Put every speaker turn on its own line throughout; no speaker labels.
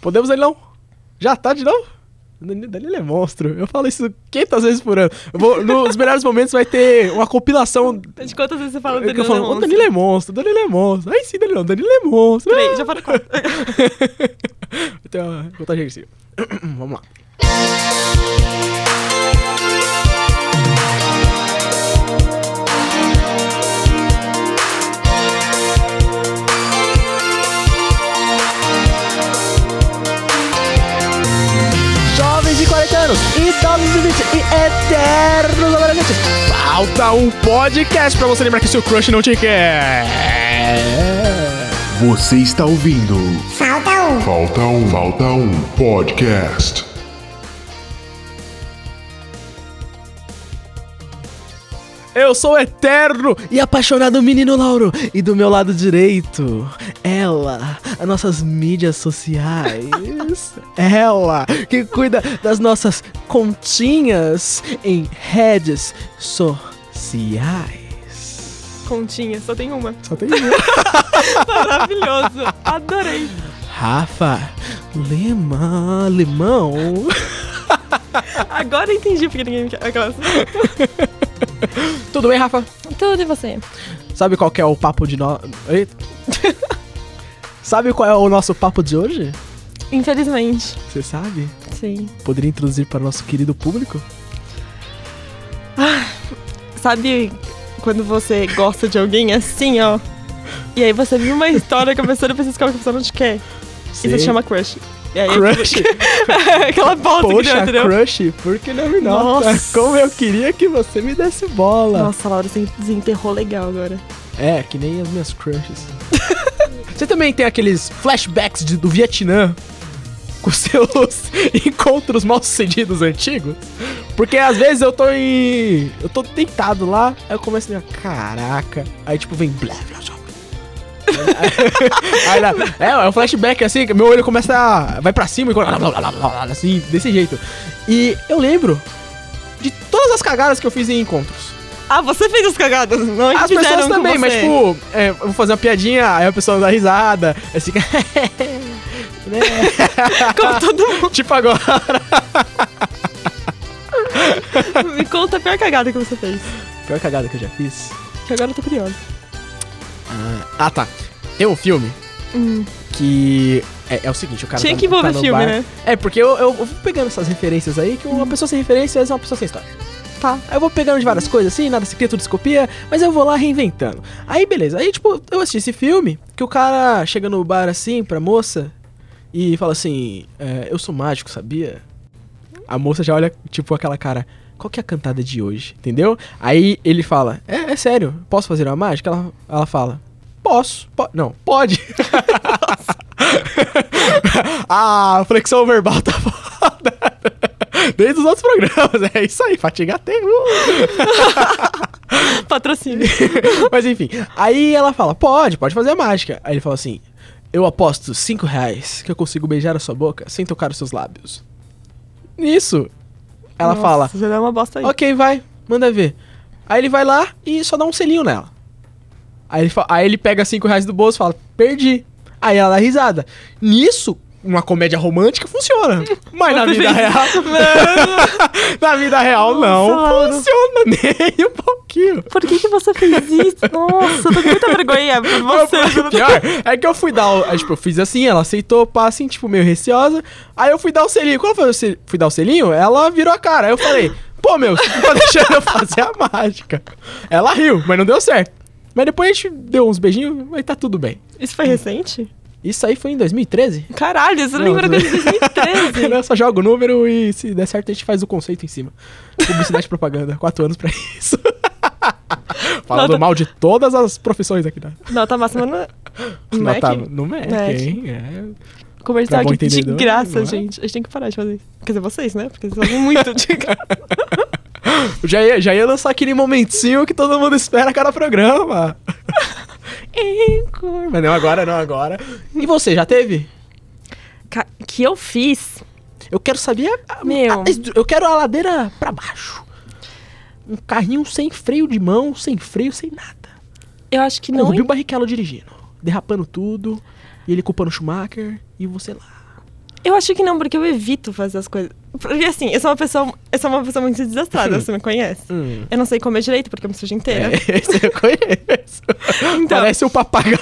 Podemos, Danilão? Já tá de novo? Danilo Danilo é monstro. Eu falo isso 500 vezes por ano. Eu vou- nos melhores momentos vai ter uma compilação.
De quantas vezes você fala
que
Danilo
eu falo,
Lemonso?
o Danilo é monstro, o Danilo é monstro. Aí sim, Danilão, o Danilo é monstro.
Três, já falei quatro.
Então, uma contagem regressiva. Vamos lá. Jovens de 40 anos, idosos de 20 e eternos adolescentes. Falta um podcast pra você lembrar que seu crush não te quer.
Você está ouvindo
Falta um.
Falta um, falta um podcast.
Eu sou o eterno e apaixonado menino Lauro. E do meu lado direito, ela, as nossas mídias sociais. ela, que cuida das nossas continhas em redes sociais.
Continha, só tem uma.
Só tem
Maravilhoso. Adorei.
Rafa Lima, Limão.
Agora eu entendi porque ninguém me quer. assim. Aquelas.
Tudo bem, Rafa?
Tudo e você?
Sabe qual que é o papo de nós? Eita. Sabe qual é o nosso papo de hoje?
Infelizmente.
Você sabe?
Sim.
Poderia introduzir para o nosso querido público?
Sabe quando você gosta de alguém assim, ó? E aí você viu uma história que a pessoa depois descobre que a pessoa não te quer. E você
Sim.
chama crush. E aí,
Crush?
aquela bosta que deu,
Poxa,
entendeu?
crush, por que não me nota?
Nossa.
Como eu queria que você me desse bola.
Nossa, Laura, você desenterrou legal agora.
É, que nem as minhas crushes. você também tem aqueles flashbacks de- do Vietnã com seus encontros mal sucedidos antigos? Porque às vezes eu tô em. Eu tô deitado lá, aí eu começo a pensar, caraca. Aí tipo vem blá blá blá. Aí lá- é, é um flashback assim, que meu olho começa a. Vai pra cima e. blá, blá, blá, blá, blá, Assim, desse jeito. E eu lembro de todas as cagadas que eu fiz em encontros.
Ah, você fez as cagadas, não é que
As
fizeram
pessoas
com
também, mas
você.
tipo, é, eu vou fazer uma piadinha, aí a pessoa dá risada, aí fica. né?
Como todo mundo.
tipo agora.
Me conta a pior cagada que você fez.
Pior cagada que eu já fiz.
Que agora eu tô curiosa.
Ah, tá. Tem um filme
Hum.
que. É, é o seguinte, o cara.
Tinha
tá-
que envolver
tá no
filme,
bar.
né?
É, porque eu, eu vou pegando essas referências aí, que uma pessoa sem referências é uma pessoa sem história.
Tá.
Aí eu vou pegando de várias coisas assim, nada se cria, tudo se copia, mas eu vou lá reinventando. Aí beleza, aí tipo, eu assisti esse filme que o cara chega no bar assim pra moça e fala assim: é, Eu sou mágico, sabia? A moça já olha, tipo, aquela cara: Qual que é a cantada de hoje? Entendeu? Aí ele fala: É, é sério, posso fazer uma mágica? Ela, ela fala: Posso, po não, pode. ah, flexão verbal tá foda. Desde os outros programas, é isso aí, fatigar tem. Uh.
Patrocínio.
Mas enfim, aí ela fala: pode, pode fazer a mágica. Aí ele fala assim: eu aposto 5 reais que eu consigo beijar a sua boca sem tocar os seus lábios. Nisso, ela
Nossa,
fala:
Já deu uma bosta aí.
ok, vai, manda ver. Aí ele vai lá e só dá um selinho nela. Aí ele, fa- aí ele pega 5 reais do bolso e fala: perdi. Aí ela dá risada. Nisso, uma comédia romântica funciona. Mas na
Você
vida
fez-
real.
Mano,
Na vida real,
Nossa,
não
Laura.
funciona nem um pouquinho.
por que, que você fez isso? Nossa, eu tô com muita vergonha por você.
O pior é que eu fui dar o. aí, tipo, eu fiz assim, ela aceitou, pá, assim, tipo, meio receosa. Aí eu fui dar o selinho. Quando eu fui- se- fui dar o selinho, ela virou a cara. Aí eu falei, pô, meu, você não tá deixando eu fazer a mágica. Ela riu, mas não deu certo. Mas depois a gente deu uns beijinhos e tá tudo bem.
Isso foi recente?
Isso aí foi em 2013?
Caralho, você lembra
tudo
dele de 2013?
Eu só jogo o número e se der certo a gente faz o conceito em cima. Publicidade e propaganda, quatro anos pra isso. Falando
Nota-
mal de todas as profissões aqui, né?
Nota máxima no, tá no Mac.
Nota- tá no Mac,
Mac.
hein? É.
Comercial
Pra bom
aqui de
entendedor,
graça,
não é?
gente. A gente tem que parar de fazer isso. Quer dizer, vocês, né? Porque vocês fazem muito de graça.
Eu Já ia, já ia lançar aquele momentinho que todo mundo espera a cada programa. Anchor. Mas não agora, não agora. E você, já teve?
Ca- que eu fiz.
Eu quero saber... a- a-
Meu.
a- eu quero a ladeira pra baixo. Um carrinho sem freio de mão, sem freio, sem nada.
Eu acho que
Não, o
não.
Rubinho Barrichello dirigindo. Derrapando tudo. E ele culpando o Schumacher. E você lá.
Eu acho que não, porque eu evito fazer as coisas. Porque assim, eu sou uma pessoa, eu sou uma pessoa muito desastrada, você me conhece.
Hum.
Eu não sei comer direito porque eu me sujo inteira.
É, esse eu conheço.
Então.
Parece um papagaio.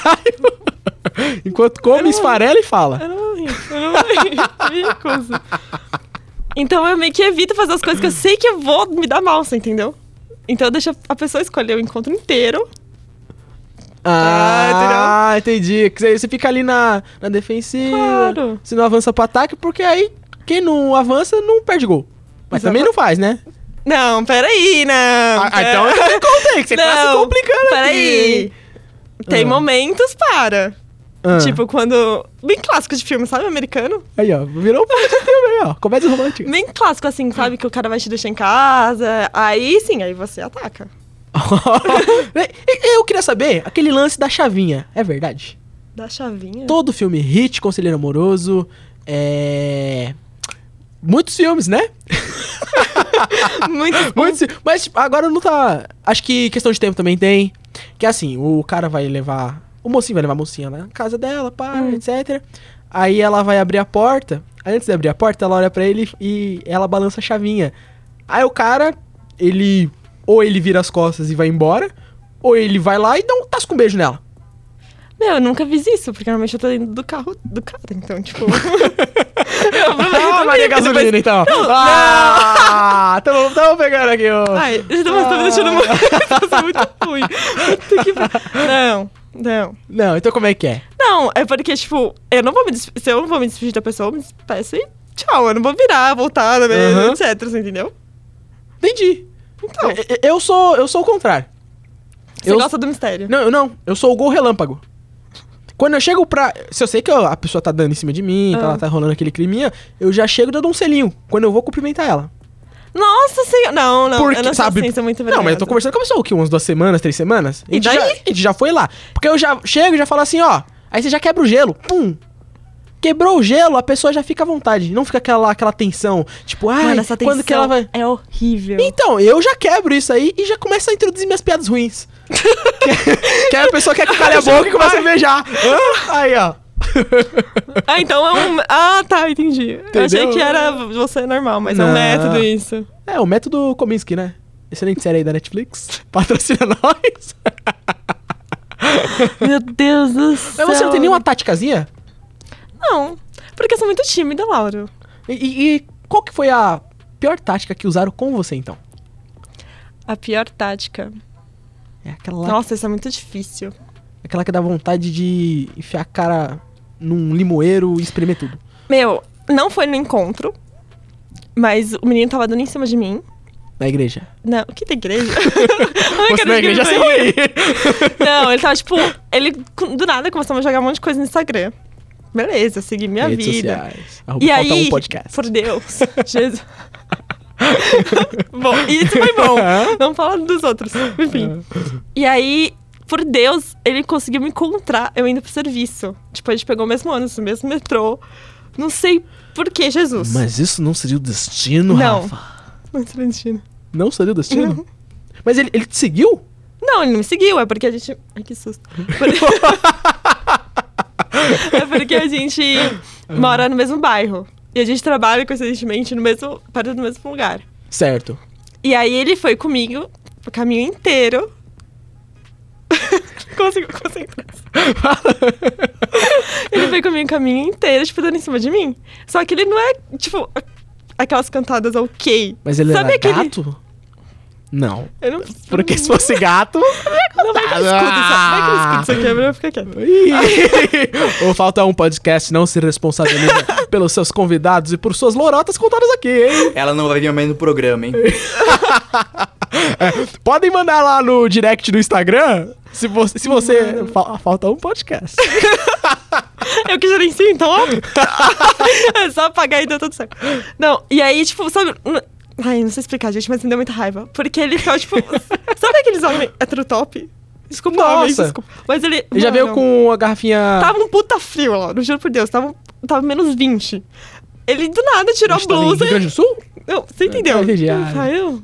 Enquanto come, esfarela e fala.
Eu não ri, eu não ri, me recuso. Então eu meio que evito fazer as coisas que eu sei que eu vou me dar mal, você entendeu? Então eu deixo a pessoa escolher o encontro inteiro.
Ah, entendi. Que Você você fica ali na, na defensiva.
Claro.
Você não avança pro ataque, porque aí quem não avança não perde gol. Mas
Exato.
também não faz, né?
Não, peraí, não.
Ah,
pera-
então eu me contei, que você tá se
É. Não,
complicando
Peraí.
aqui.
Tem
Ah.
momentos para.
Ah,
Tipo, quando. Bem clássico de filme, sabe? Americano.
Aí, ó, virou um ponto de filme aí, ó. Comédia romântica.
Bem clássico, assim, sabe? Que o cara vai te deixar em casa. Aí sim, aí você ataca.
E- e Eu queria saber, aquele lance da chavinha, é verdade?
Dá chavinha.
Todo filme hit, Conselheiro Amoroso, é... Muitos filmes, né?
Muito.
Muitos fi- Mas tipo, agora não tá... Acho que questão de tempo também tem. Que é assim, o cara vai levar... O mocinho vai levar a mocinha na casa dela, pá,
Hum.
etc. Aí ela vai abrir a porta. Aí antes de abrir a porta, ela olha pra ele e ela balança a chavinha. Aí o cara, ele... Ou ele vira as costas e vai embora, ou ele vai lá e dá um tasco um beijo nela.
Meu, eu nunca fiz isso, porque normalmente eu tô dentro do carro do cara, então, tipo. eu aproveito
Ah, Maria
mesmo, depois-
Gasolina, então. Ah, tamo, tamo pegando aqui o...
Ai, você tá tá me
Ah.
deixando muito, tá muito ruim. Puta que pa- Não, não.
Não, então como é que é?
Não, é porque, tipo, eu não vou me despe- Se eu não vou me despedir da pessoa, eu me despeço e tchau. Eu não vou virar, voltar, né,
Aham.
etc. Você entendeu?
Entendi.
Então,
Eu- Eu, eu sou, eu sou o contrário.
você
eu-
gosta do mistério.
Não, eu não. Eu sou o gol relâmpago. Quando eu chego pra... Se eu sei que eu- a pessoa tá dando em cima de mim, tá,
Ah.
lá, tá rolando aquele climinha, eu já chego e eu dou um selinho. Quando eu vou cumprimentar ela.
Nossa senhora. Não, não.
Porque,
eu não sou
sabe-
assim, sou muito
Não, mas eu tô
vergonhosa.
conversando com a pessoa o quê? Umas duas semanas, três semanas? A
E
gente já-
daí?
a gente já foi lá. Porque eu já chego e já falo assim, ó. Aí você já quebra o gelo. Pum! Quebrou o gelo, a pessoa já fica à vontade. Não fica aquela, aquela tensão. Tipo, ai,
Mano, essa
quando que ela vai.
É horrível.
Então, eu já quebro isso aí e já começo a introduzir minhas piadas ruins. que, que a pessoa quer que eu cale a boca e começa a me beijar. Hã? Aí, ó.
Ah, então é um. Ah, tá, entendi. Eu achei
Entendeu?
que era você normal, mas é
Não.
um método isso.
É, o método Kominsky, né? Excelente série aí da Netflix. Patrocina nós.
Meu Deus do céu.
Mas você não tem nenhuma táticazinha?
Não, porque eu sou muito tímida, Lauro.
E, e- e qual que foi a pior tática que usaram com você, então?
A pior tática.
É aquela, lá-
Nossa, isso é muito difícil.
aquela que dá vontade de enfiar a cara num limoeiro e espremer tudo.
Meu, não foi no encontro, mas o menino tava dando em cima de mim.
Na igreja.
Não, que da igreja?
Você na igreja, você é ruim.
Não, ele tava tipo. Ele do nada começou a jogar um monte de coisa no Instagram. Beleza, segui minha
Redes
vida.
sociais. Arroba
E
Falta
aí,
um podcast.
por Deus, Jesus. bom, isso foi bom. Não fala dos outros. Enfim. E aí, por Deus, ele conseguiu me encontrar eu indo pro serviço. Tipo, a gente pegou o mesmo ônibus, o mesmo metrô. Não sei por que, Jesus.
Mas isso não seria o destino,
Não.
Rafa?
Não, é Trentino.
Não seria o destino? Mas ele, ele te seguiu?
Não, ele não me seguiu, é porque a gente. Ai, que susto. Por- é porque a gente
É.
mora no mesmo bairro. E a gente trabalha coincidentemente no mesmo. perto do mesmo lugar.
Certo.
E aí ele foi comigo o caminho inteiro. Consigo concentrar. Ele foi comigo o caminho inteiro, tipo, dando em cima de mim. Só que ele não é, tipo, a- aquelas cantadas ok.
Mas ele
Sabe
era
aquele-
gato? Não.
Eu não,
Porque se fosse gato... é
Não vai que ele escuta isso. Vai que ele escuta isso aqui, é melhor ficar quieto.
Ah! Ih, o Falta um Podcast não se responsabiliza pelos seus convidados e por suas lorotas contadas aqui, hein?
Ela não vai vir mais no programa, hein?
É, Podem mandar lá no direct do Instagram se você... Se você fa- falta um podcast.
Eu que gerencio, então, ó. é só apagar e deu tudo certo. Não, e aí, tipo, sabe. n- Ai, não sei explicar, gente, mas me deu muita raiva. Porque ele ficava, tipo. sabe aqueles homens heterotop? Desculpa,
Nossa.
homens, desculpa. Mas ele.
Ele já
mano,
veio com um a garrafinha...
Tava um puta frio, Lauro, juro por Deus. Tava, um- tava menos 20. Ele do nada tirou
A
a,
gente tava em
blusa.
Rio Grande do Sul?
Não, você entendeu?
entendi, ah.
Saiu.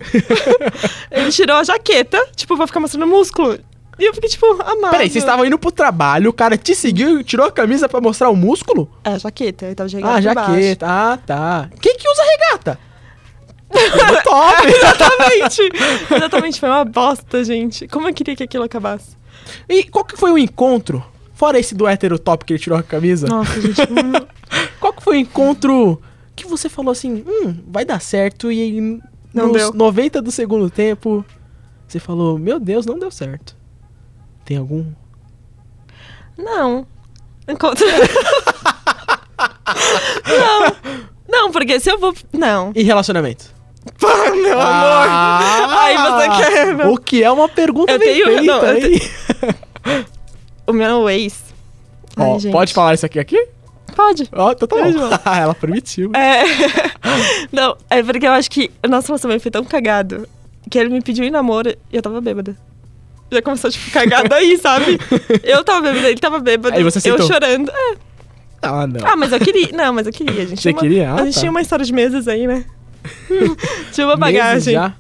ele tirou a jaqueta, tipo, pra ficar mostrando músculo. E eu fiquei, tipo, amado.
Peraí, vocês estavam indo pro trabalho, o cara te seguiu e tirou a camisa pra mostrar o músculo?
É, jaqueta. Eu tava de regata
Ah,
por baixo.
jaqueta. Ah, tá. Quem que usa regata? No top!
Exatamente. Exatamente. Foi uma bosta, gente. Como eu queria que aquilo acabasse.
E qual que foi o encontro? Fora esse do hétero top que ele tirou a camisa,
Nossa, gente.
é?
hum.
qual que foi o encontro que você falou assim, hum, vai dar certo e em-
Não
nos
deu.
90 do segundo tempo você falou, meu Deus, não deu certo. Tem algum?
Não. Encontro. não. Não, porque se eu vou. Não.
E relacionamento?
Pá, meu
Ah!
Aí você quer, meu.
O que é uma pergunta
Eu
bem
tenho-
feita,
não, eu
hein?
O meu é um ex. Ai,
Ó,
gente.
pode falar isso aqui aqui?
Pode.
Ó, então tá
Pode,
bom.
João.
Ela permitiu.
É. Não, é porque eu acho que o nosso relacionamento foi tão cagado que ele me pediu em namoro e eu tava bêbada. Já começou, tipo, cagado aí, sabe? Eu tava bêbada, ele tava bêbado.
Aí você
eu
aceitou.
chorando. É.
Ah, não.
Ah, mas eu queria. Não, mas eu queria, gente.
Você
tinha uma-
queria? Ah,
a gente
tá.
tinha uma história de meses aí, né? tinha uma
Meses
bagagem.
já?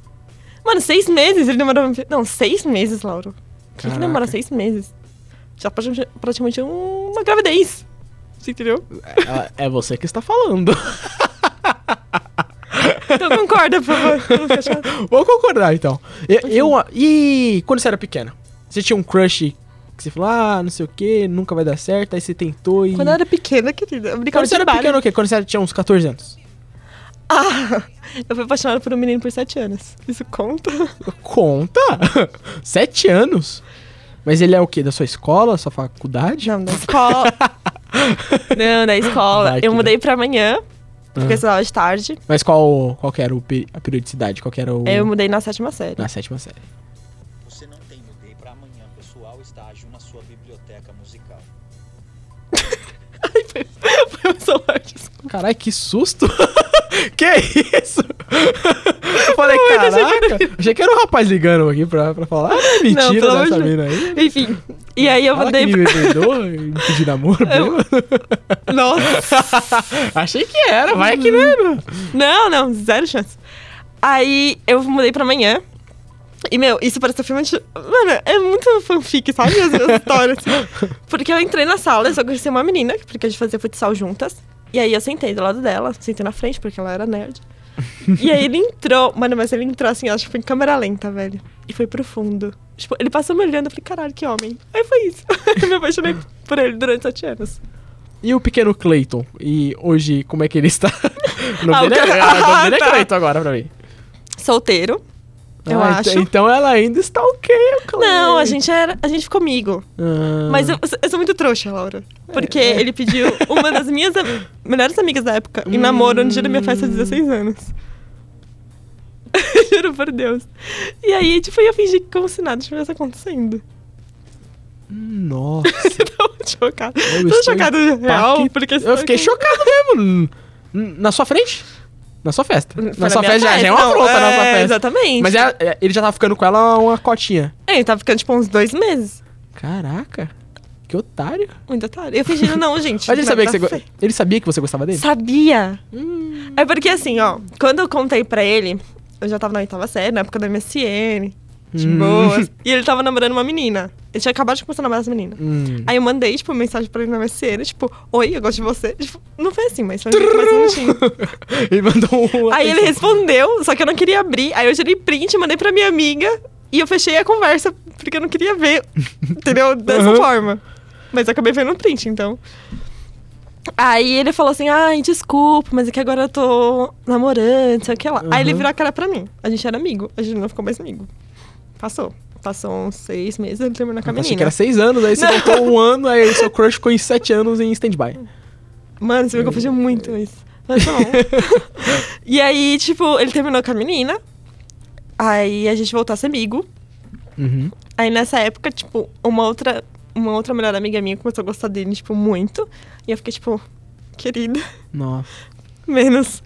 Mano, seis meses ele namorava. Não, seis meses, Lauro. Quem que
Caraca.
namora seis meses? Já prati- praticamente uma gravidez. Você entendeu?
Ela- É você que está falando.
Então concorda, por favor. pra não ficar chato.
Vou concordar, então. Eu, eu- E quando você era pequena? Você tinha um crush que você falou, ah, não sei o que, nunca vai dar certo, aí você tentou e...
Quando eu era pequena, querida, eu brincava
Quando você
de
era
Barbie.
pequena o quê? Quando você era- tinha uns 14 anos?
Ah, eu fui apaixonada por um menino por sete anos. Isso conta?
Conta! Sete anos? Mas ele é o quê? Da sua escola? Sua faculdade?
Não, da escola. Não, da escola.
Vai que Ah.
eu mudei pra amanhã, porque eu estudava de tarde.
Mas qual, qual que era o peri- a periodicidade? Qual que era o...
É, Eu mudei na sétima série.
Na sétima série.
Você não tem mudei para amanhã, pessoal, estágio na sua biblioteca musical.
Foi o celular que escutou.
Caralho, que susto! que isso? Eu falei,
Muito, achei que
caraca, achei que era um rapaz ligando aqui pra, pra falar. Ah, é mentira
é pelo amor
dessa
de
mina aí.
Enfim, e aí eu
Fala
mudei
que
pra...
me perdoa e me pedir namoro.
Nossa.
Achei que era, vai que não era.
Não, não, zero chance. Aí eu mudei pra amanhã. E, meu, isso parece um filme de... Mano, é muito fanfic, sabe? As minhas histórias. assim. Porque eu entrei na sala, eu só conheci uma menina, porque a gente fazia futsal juntas. E aí eu sentei do lado dela, sentei na frente, porque ela era nerd. E aí ele entrou, mano, mas ele entrou assim, acho que foi em câmera lenta, velho. E foi pro fundo. Tipo, ele passou me olhando, eu falei, caralho, que homem. Aí foi isso. eu me apaixonei por ele durante sete anos.
E o pequeno Clayton? E hoje, como é que ele está? O
Ah,
nome
o
dele é,
cara-
ah, o nome dele é
Ah, tá.
Clayton agora pra mim.
Solteiro, eu
Ah,
acho.
ent- Então ela ainda está ok, o Clayton.
Não, a gente era. A gente ficou amigo.
Ah,
Mas eu, eu sou muito trouxa, Laura. Porque
É,
ele pediu uma das minhas am- melhores amigas da época em namoro no dia da minha festa de 16 anos. Juro por Deus. E aí, tipo, eu fingi que como se nada estivesse acontecendo.
Nossa.
Você tá muito chocado.
Eu
Tô
estou
chocado real,
impactado.
porque...
Eu fiquei chocado mesmo. N- Na sua frente? Na sua festa.
Foi
na sua
minha
festa, já- já é uma
um não,
afronta na sua
é,
festa.
Exatamente.
Mas ela- é, ele já tava ficando com ela uma cotinha.
Ele tava ficando, tipo, uns dois meses.
Caraca, que otário.
Muito otário. Eu fingindo, não, gente.
Mas ele
vai
sabia que você
dar
go-
fé.
ele sabia que você gostava dele? Hum,
Sabia! É porque assim, ó, quando eu contei pra ele, eu já tava na oitava série, na época da MSN, de
Hum.
boas. E ele tava namorando uma menina. Ele tinha acabado de começar a namorar essa menina.
Hum.
Aí eu mandei, tipo, mensagem pra ele na MSN, tipo, oi, eu gosto de você. Tipo, não foi assim, mas foi um jeito mais bonitinho.
ele mandou um.
Aí ele respondeu, só que eu não queria abrir. Aí eu tirei print, mandei pra minha amiga e eu fechei a conversa, porque eu não queria ver, entendeu? Dessa
Aham.
forma. Mas eu acabei vendo um print, então. Aí ele falou assim: ai, desculpa, mas é que agora eu tô namorando, sei o que lá. Aí ele
Aham.
virou a cara pra mim. A gente era amigo, a gente não ficou mais amigo. Passou. Passou uns seis meses, ele terminou com a
Eu achei
menina.
que era seis anos, aí você
Não.
voltou um ano, aí seu crush ficou em sete anos em stand-by.
Mano, você me confundiu muito isso. Mas tá bom. e aí, tipo, ele terminou com a menina. Aí a gente voltou a ser amigo.
Uhum.
Aí nessa época, tipo, uma outra, uma outra melhor amiga minha começou a gostar dele, tipo, muito. E eu fiquei, tipo, querida,
Nossa.
menos.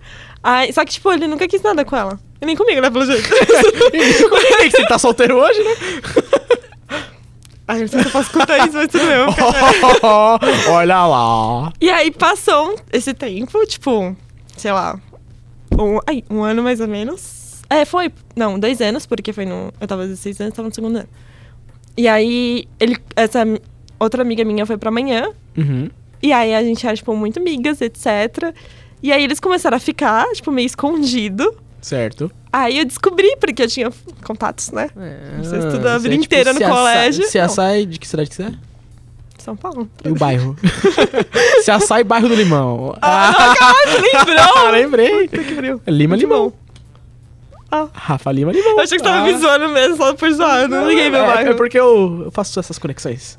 Aí, só que, tipo, ele nunca quis nada com ela. E nem comigo, né, pelo jeito.
Por que você tá solteiro hoje, né?
Ai, não sei se eu posso contar isso, mas tudo bem. eu vou ficar-
Olha lá.
E aí passou um- esse tempo, tipo, sei lá, um, ai, um ano mais ou menos. É, foi. Não, dois anos, porque foi no. Eu tava 16 anos, tava no segundo ano. E aí, ele, essa outra amiga minha foi pra manhã.
Uhum.
E aí a gente era, tipo, muito amigas, etc. E aí eles começaram a ficar, tipo, meio escondido.
Certo.
Aí eu descobri, porque eu tinha contatos, né? Você estuda a
Ah,
vida inteira no
CSI
colégio.
CSI de que cidade que você é?
São Paulo.
E o bairro. CSI bairro do Limão.
Ah, não, caralho, lembrou?
lembrei.
Puta que pariu.
Lima Limão.
Ah.
Rafa Lima Limão.
Eu achei que você tava
Ah.
me zoando mesmo, só por zoar. Eu não liguei meu
é,
bairro.
É porque eu eu faço essas conexões.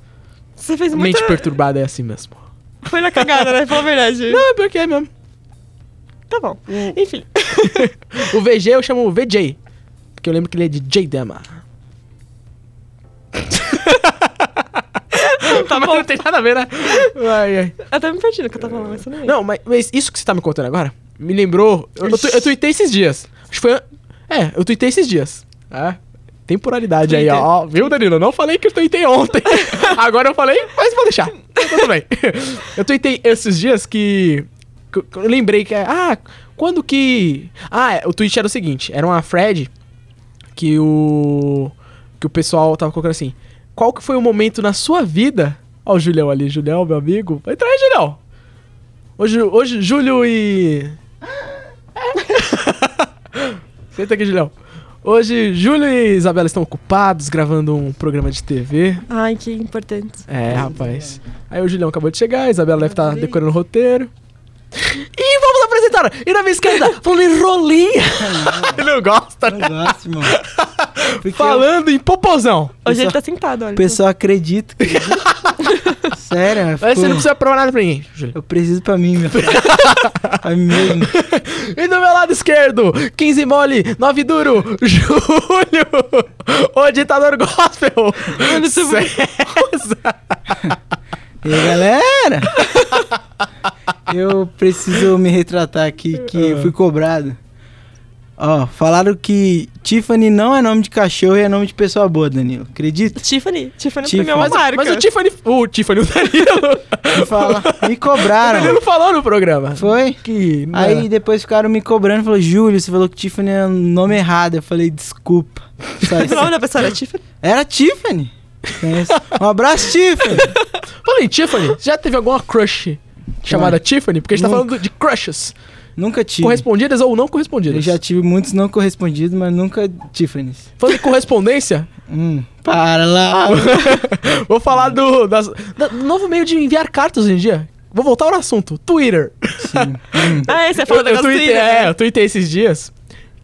Você fez muita...
Mente perturbada é assim mesmo.
Foi na cagada, né? Fala a verdade.
Não, é pior que é mesmo.
Tá bom.
Hum.
Enfim.
O VG eu chamo VJ. Porque eu lembro que ele é de J Dema.
tá bom.
Não tem nada a ver, né? Ai, ai.
Eu até me perdi no que eu tava falando, mas tudo bem.
Não, mas, mas isso que você tá me contando agora me lembrou. Eu, eu, tu- eu tuitei esses dias. Acho que foi. an- É, eu tuitei esses dias. É. Temporalidade aí,
Twitter.
ó. Viu, Danilo? Eu Não falei que eu tuitei ontem. agora eu falei, mas vou deixar. Então, Tudo bem. Eu tuitei esses dias que. que eu- que eu lembrei que é. Ah, quando que. Ah, é, o tweet era o seguinte: era uma Fred que o. que o pessoal tava colocando assim. Qual que foi o momento na sua vida? Ó, o Julião ali, Julião, meu amigo. Vai entrar aí, Julião. Hoje, hoje, Júlio e. Senta aqui, Julião. Hoje, Júlio e Isabela estão ocupados gravando um programa de TV.
Ai, que importante.
É, rapaz. Aí o Julião acabou de chegar, a Isabela deve estar decorando o roteiro. E vamos apresentar! E na minha esquerda, falando em rolinha! Ele não gosta, né?
Negócio, mano. Porque
Falando em popozão!
Hoje ele
Pessoal-
tá sentado, olha.
O pessoal acredita. acredita. Sério,
Mas
mano, ficou-
você não precisa provar nada pra mim, Júlio.
Eu preciso pra mim, meu filho. pra mim mesmo.
E do meu lado esquerdo, 15 mole, 9 duro, Júlio, o ditador gospel, César.
E aí, galera? Eu preciso me retratar aqui que eu fui cobrado. Ó, falaram que Tiffany não é nome de cachorro e é nome de pessoa boa, Danilo. Acredita?
Tiffany. Tiffany, pra
Tiffany.
mim é uma
Mas,
marca.
mas o Tiffany, o Tiffany, o Danilo,
Me, fala- me
o Danilo
cobraram.
falou no programa.
Ah, Foi?
Que não
Aí depois ficaram me cobrando, falou, Júlio, você falou que Tiffany é o nome errado. Eu falei, desculpa. Só
O
isso.
nome da pessoa era Tiffany?
Era Tiffany. Conheço. Um abraço, Tiffany.
era. Fala aí, Tiffany, você já teve alguma crush chamada Tiffany? Porque a gente tá
Nunca.
falando de crushes,
Nunca tive.
correspondidas ou não
Eu
correspondidas.
já tive muitos não correspondidos, mas nunca Tiffany's.
Falando em correspondência,
Hum, para lá.
vou falar do, das- da- do novo meio de enviar cartas hoje em dia. Vou voltar ao assunto, Twitter.
Sim.
Ah, é, você falou
Hum. Eu,
da
eu, tuitei, é,
gasolina.
eu tuitei esses dias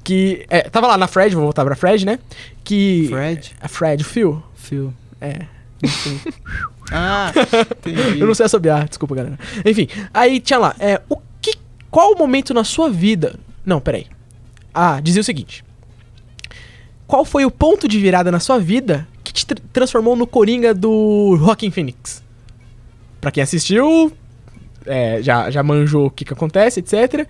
que. é, tava lá na Fred, vou voltar pra Fred, né? Que.
Fred?
A Fred, o Phil.
Phil.
É.
Ah, entendi.
Eu não sei assobiar, desculpa, galera. Enfim, aí tinha lá. É, o que, qual o momento na sua vida. Não, peraí. Ah, dizia o seguinte: Qual foi o ponto de virada na sua vida que te tr- transformou no coringa do Rockin' Phoenix? Pra quem assistiu, é, já, já manjou o que, que acontece, etc.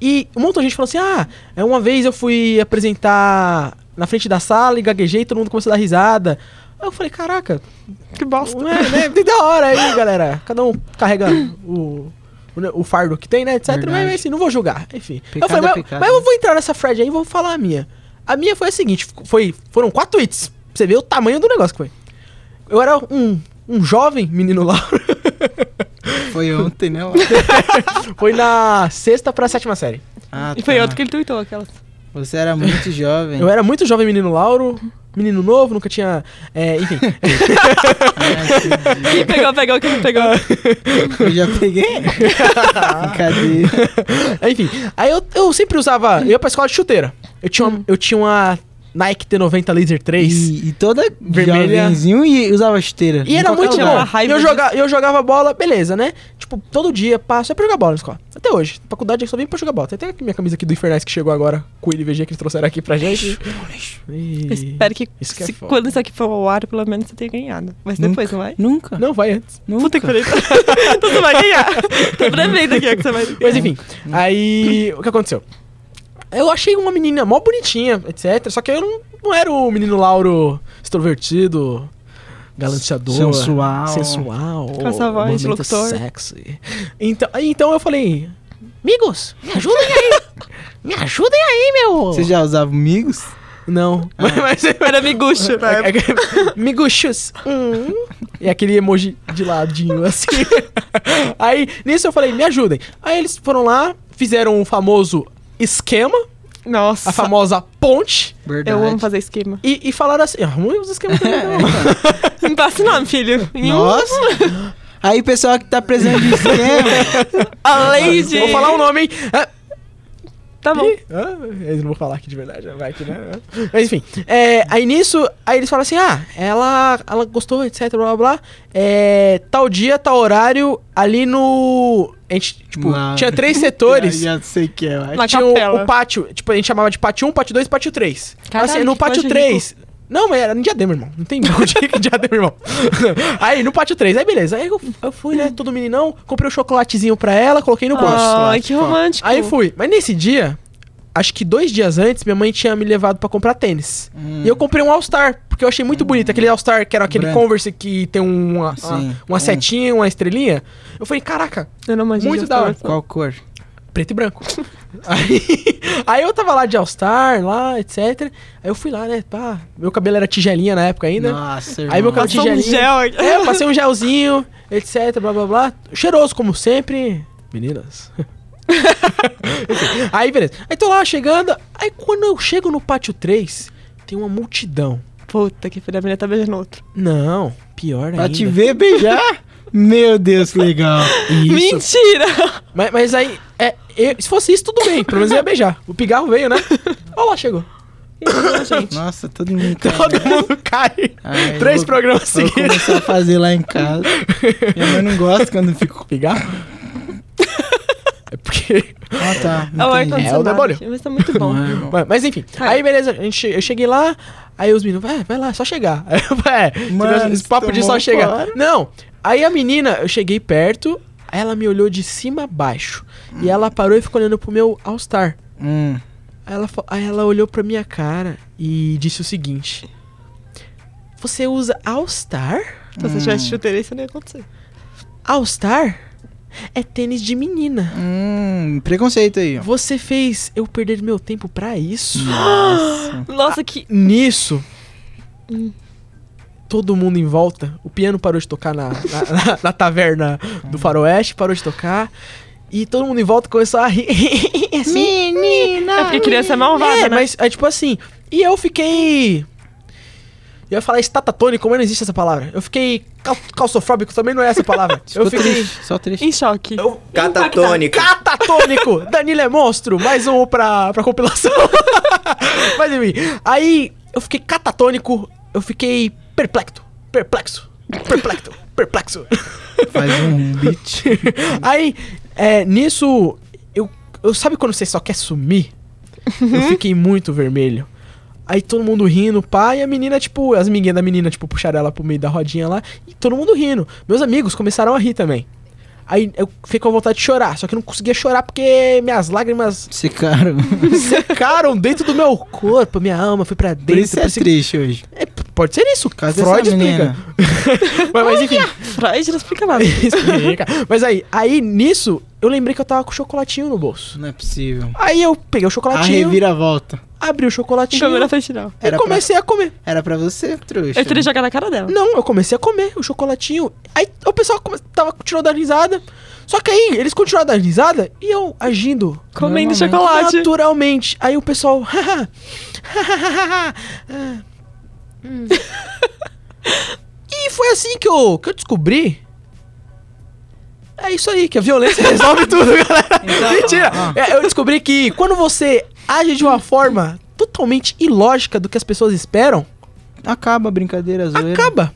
E um montão de gente falou assim: Ah, é, uma vez eu fui apresentar na frente da sala e gaguejei, todo mundo começou a dar risada. Aí eu falei: Caraca,
Que bosta.
é, né? Tem da hora aí, galera. Cada um carrega o, o, o fardo que tem, né? Etc.
Verdade.
Mas assim, não vou julgar. Enfim.
Pecado
eu falei,
é
mas,
pecado,
mas eu
né?
vou entrar nessa Fred aí e vou falar a minha. A minha foi a seguinte: foi, foram quatro tweets. Pra você ver o tamanho do negócio que foi. Eu era um, um jovem menino Lauro.
Foi ontem, né?
foi na sexta pra sétima série.
Ah,
E foi
tá.
outro que ele tuitou aquelas.
Você era muito jovem.
Eu era muito jovem menino Lauro. Menino novo, nunca tinha. é, enfim.
Quem pegou, pegou, quem não pegou.
Ah.
Eu já peguei. Brincadeira.
Enfim, aí eu, eu sempre usava. Eu ia pra escola de chuteira. Eu tinha uma, eu tinha uma Nike T90 Laser 3.
E, e toda
Vermelha.
jovenzinho e usava chuteira.
E
Em
era
qualquer
muito
lugar.
bom.
uma raiva
eu,
disso.
joga, eu jogava bola, beleza, né? Tipo, todo dia passo. É pra jogar bola na escola. Até hoje. Na faculdade eu só vim pra jogar bola. Tem até aqui minha camisa aqui do Infernais que chegou agora com o LVG que eles trouxeram aqui pra gente. Ih,
Espero que,
Isso que é
se-
foda.
quando isso aqui for ao ar, pelo menos você tenha ganhado. Mas depois, não vai?
Nunca.
Não, vai né? antes.
Puta
Nunca.
que pariu. então você vai ganhar. Tô prevendo aqui ó, que você vai ganhar.
Mas enfim, aí o que aconteceu? Eu achei uma menina mó bonitinha, etc. Só que eu não, não era o menino Lauro extrovertido, galanteador,
Sensual.
sensual
Com essa voz de
muito
locutor.
sexy. Então, aí, então eu falei: Amigos, me ajudem aí! me ajudem aí, meu!
Você já usava amigos?
Não. Mas,
Era miguxo.
É que- Miguxos. Hum. E aquele emoji de ladinho, assim. Aí, nisso eu falei, me ajudem. Aí eles foram lá, fizeram o famoso esquema,
Nossa.
a famosa ponte,
Verdade.
Eu amo fazer esquema.
e, e falaram assim, arruma os esquemas também, não."
Me passa o nome, filho. um.
Nossa! Aí, pessoal que tá precisando de esquema,
A Lady.
Vou falar o nome, hein? Ah,
Tá bom.
Ih, ah, eles não vão falar aqui de verdade, vai que né? Mas enfim, é, aí nisso, aí eles falam assim: ah, ela, ela gostou, etc, blá blá blá. É, tal dia, tal horário, ali no. A gente, tipo,
Lá.
tinha três setores.
já, já sei que é. eu acho.
Lá-
tinha o,
capela.
o pátio, tipo, a gente chamava de pátio 1, pátio 2, pátio 3.
Caralho,
assim, no
que
pátio
pátio
3. Não, mas era no diadema, irmão. Não tem onde que é diadema, irmão. Aí, no pátio 3. Aí, beleza. Aí eu, eu fui, né, todo meninão, comprei um chocolatezinho pra ela, coloquei no bolso.
Ai, Ah, que romântico.
Aí fui. Mas nesse dia, acho que dois dias antes, minha mãe tinha me levado pra comprar tênis. E eu comprei um All-Star, porque eu achei muito bonito. Aquele All-Star que era aquele
Hum. Branco.
Converse que tem um, uma, uma-
Sim.
uma
É.
setinha, uma estrelinha. Eu falei, caraca,
Eu não imagino.
Muito
já
da hora.
falar.
Qual cor?
preto e branco. aí, aí eu tava lá de All-Star, lá, etc. Aí eu fui lá, né? Pá, meu cabelo era tigelinha na época
né?
ainda.
Nossa,
Aí meu cabelo
Passou um
tigelinha.
gel aqui.
É, passei um gelzinho, etc, blá blá blá. Cheiroso, como sempre. Meninas. Enfim, aí, beleza. Aí tô lá chegando. Aí quando eu chego no pátio 3, tem uma multidão.
Puta que filha, a menina tá beijando outro.
Não, pior ainda.
Pra te ver beijar? Meu Deus, que legal. Isso.
Mentira!
Mas, mas aí, é, eu- se fosse isso, tudo bem. Pelo menos eu ia beijar. O pigarro veio, né? Olha lá, chegou.
Nossa, todo mundo. tá
Todo mundo cai.
Ai,
Três
eu vou-
programas
Vou
seguidos.
começar a fazer lá em casa. Minha mãe não gosta quando eu fico.
Pigarro? é porque.
Ah, tá.
É
É o
entendi.
o
ar-condicionado.
demônio.
gente, Mas tá muito bom.
Não é, irmão.
Mas, mas enfim, aí beleza, a gente, eu cheguei lá, aí os meninos, vai, vai lá, é só chegar. Aí eu, é, esse
Mano,
negócio- esse
você
papo de só
tomou
chegar.
fora.
Não, aí a menina, eu cheguei perto, aí ela me olhou de cima a baixo. E ela parou e ficou olhando pro meu All-Star.
Hum.
Aí ela, fa- aí ela olhou pra minha cara e disse o seguinte: Você usa All-Star?
Se você tivesse chuteira, isso não ia acontecer.
All-Star é tênis de menina.
Hum, preconceito aí, ó.
Você fez eu perder meu tempo pra isso?
Nossa.
Nossa, que.
Nisso, todo mundo em volta. O piano parou de tocar na, na, na- na taverna do faroeste, parou de tocar. E todo mundo em volta começou a rir. assim.
É porque criança é malvada,
É,
né?
mas é tipo assim. E eu fiquei. Eu ia falar estatatônico, mas não existe essa palavra. Eu fiquei cal- calçofóbico, também não é essa palavra. eu
Ficou
fiquei.
triste, só triste.
Em choque.
Eu,
Catatônica.
Catatônico! Danilo é monstro! Mais um pra, pra compilação. Mas enfim, aí eu fiquei catatônico, eu fiquei perplexo, perplexo, perplexo, perplexo.
Faz um beat.
aí, é, nisso, eu, eu sabe quando você só quer sumir? Eu
Uhum.
fiquei muito vermelho. Aí todo mundo rindo, pá, e a menina, tipo, as amiguinhas da menina, tipo, puxaram ela pro meio da rodinha lá, e todo mundo rindo. Meus amigos começaram a rir também. Aí eu fiquei com vontade de chorar, só que eu não conseguia chorar porque minhas lágrimas
Esse cara.
secaram dentro do meu corpo, minha alma foi pra dentro.
Por isso é
por isso-
triste hoje.
É, p- pode ser isso,
Por causa
Freud
dessa
explica.
menina.
mas, mas enfim,
Freud não explica nada.
explica. Mas aí, aí nisso, eu lembrei que eu tava com chocolatinho no bolso.
Não é possível.
Aí eu peguei o
A
chocolatinho,
reviravolta.
abri o
Em
chocolatinho
câmera frente, não.
e
Era pra, Ah.
comecei a comer.
era pra você, trouxa.
Eu teria jogado na cara dela.
Não, eu comecei a comer o chocolatinho. Aí o pessoal come... tava continuou dando risada. Só que aí eles continuaram dando risada e eu agindo
Comendo
Normalmente.
chocolate.
naturalmente. Aí o pessoal. "Haha, hahaha, ah, hum." e foi assim que eu, que eu descobri. É isso aí, que a violência resolve tudo, galera. Mentira!
Ah,
É, Eu descobri que quando você age de uma forma totalmente ilógica do que as pessoas esperam,
Acaba a brincadeira, a zoeira.
acaba.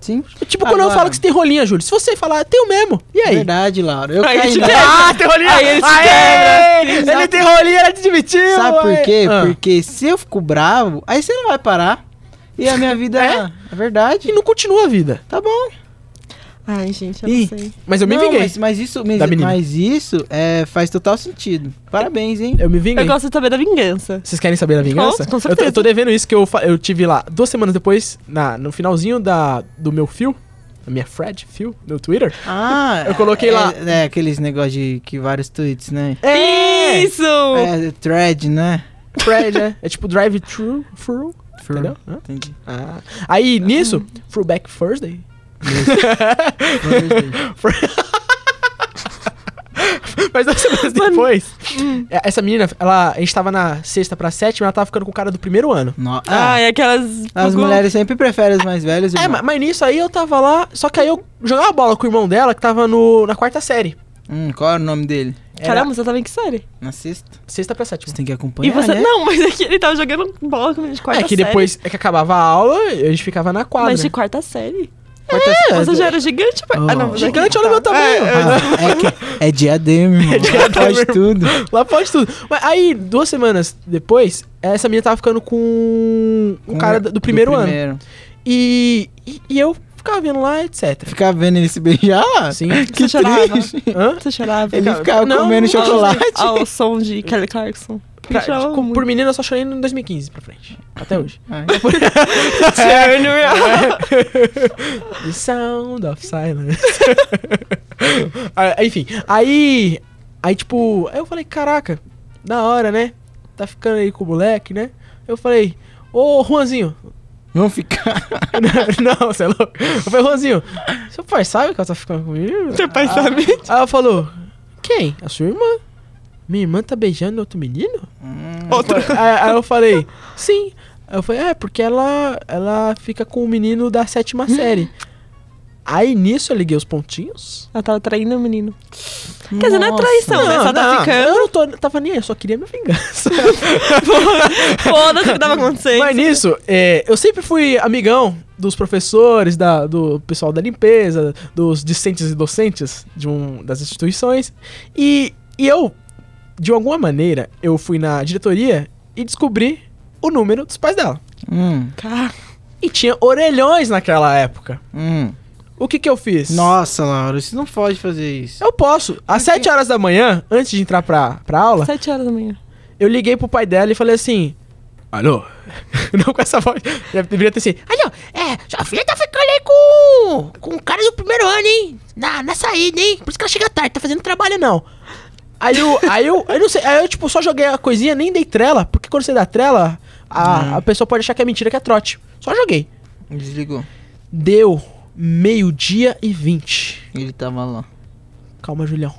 Sim.
Tipo quando eu
Agora-
falo que você tem rolinha, Júlio. Se você falar, tenho mesmo. E aí?
Verdade, Laura. Eu
Aí
caí
te
na-
quebra.
tem rolinha.
Aí ele te
Aê!
quebra.
Ele tem rolinha, ele te admitiu.
Sabe por
aí.
quê?
Ah.
Porque se eu fico bravo, aí você não vai parar. E a minha vida
É?
é, verdade.
E não continua a vida.
Tá bom.
Ai, gente, eu
Ih.
não sei.
Mas eu me
Não,
vinguei.
Mas, mas isso, mas,
Da menina.
mas isso é, faz total sentido. Parabéns, hein?
Eu me vinguei.
Eu gosto também da vingança.
Vocês querem saber da vingança?
Com- com
Eu tô- eu, tô,
certeza.
devendo isso que eu, fa- eu tive lá duas semanas depois, na, no finalzinho da, do meu fio, da minha Fred fio, no Twitter.
Ah,
Eu coloquei
é-
lá.
É, aqueles negócios de que vários tweets, né?
Isso!
É, thread, né?
Fred, é. É tipo drive-thru, thru, entendeu? Hã?
Entendi.
Ah. Aí, nisso, Throwback Thursday. Mas duas semanas depois, é, essa menina, ela, a gente tava na sexta pra sétima, ela tava ficando com o cara do primeiro ano.
No-
Ah,
ah,
é aquelas.
As
Google-
mulheres sempre preferem os mais velhos.
É,
irmão.
ma- mas nisso aí eu tava lá, só que aí eu jogava bola com o irmão dela, que tava no, na quarta série.
Hum, qual era o nome dele?
Era
Caramba, você tava em que série?
Na sexta?
Sexta pra sétima.
Você tem que
E
acompanhar,
você.
né?
Não, mas é que ele tava jogando bola com ele de quarta
É que
série.
depois né? é que acabava a aula, a gente ficava na quadra.
Mas de quarta série.
Quarta
é,
série.
Você já era gigante, pai. Ah, não.
Oh.
mas
É,
é que-
Gigante, olha o meu tamanho.
Ah, é, que, é diadema, irmão. É
diadema,
Faz
irmão.
tudo.
Lá pode tudo. Mas aí, duas semanas depois, essa menina tava ficando com um cara do, do primeiro ano.
ano.
E, e, e eu ficava vendo lá, etc.
Ficar vendo ele se beijar?
Sim.
Você
Que
né? chorava.
triste.
Hã?
Você chorava.
Ele
Ficava-
ficava
Não,
comendo
não.
chocolate.
Ah, o som de Kelly Clarkson.
Pra-
Chorava
com-
muito.
por menina, eu só chorei em 2015 pra frente. Até hoje.
Ai.
É,
Turn around.
The sound of silence. Ah, Enfim, aí. Aí, tipo, aí eu falei, caraca, da hora, né? Tá ficando aí com o moleque, né? Eu falei, ô Juanzinho.
Vamos ficar.
não, você é louco. Eu falei, Juanzinho, seu pai sabe que ela tá ficando comigo? Ah.
Seu pai sabe.
Aí ela falou, quem? A sua irmã? Minha irmã tá beijando outro menino?
Outro.
aí, aí eu falei, sim. Aí eu falei, é, porque ela, ela fica com o menino da sétima
Hum.
série. Aí nisso eu liguei os pontinhos.
Ela tava traindo o menino. Quer dizer, não é traição, né? Só tá ficando.
Eu não tô, tava nem aí, eu só queria minha vingança.
Foda-se o que tava acontecendo.
Mas nisso, é, eu sempre fui amigão dos professores, da, do pessoal da limpeza, dos discentes e docentes de um, das instituições. E, e eu, de alguma maneira, eu fui na diretoria e descobri o número dos pais dela.
Hum,
Cara,
E tinha orelhões naquela época.
hum.
O que que eu fiz?
Nossa, Laura, você não pode fazer isso.
Eu posso. Às 7 horas da manhã, antes de entrar pra, pra aula,
sete horas da manhã.
eu liguei pro pai dela e falei assim: Alô? Não com essa voz. Já deveria ter sido. Alô, é, sua filha tá ficando aí com. com o cara do primeiro ano, hein? Na, na saída, hein? Por isso que ela chega tarde, tá fazendo trabalho não. Aí eu, aí eu, eu não sei, aí eu tipo só joguei a coisinha, nem dei trela, porque quando você dá trela, a, a pessoa pode achar que é mentira, que é trote. Só joguei.
Desligou.
Deu meio-dia e vinte.
Ele tava lá.
Calma, Julião.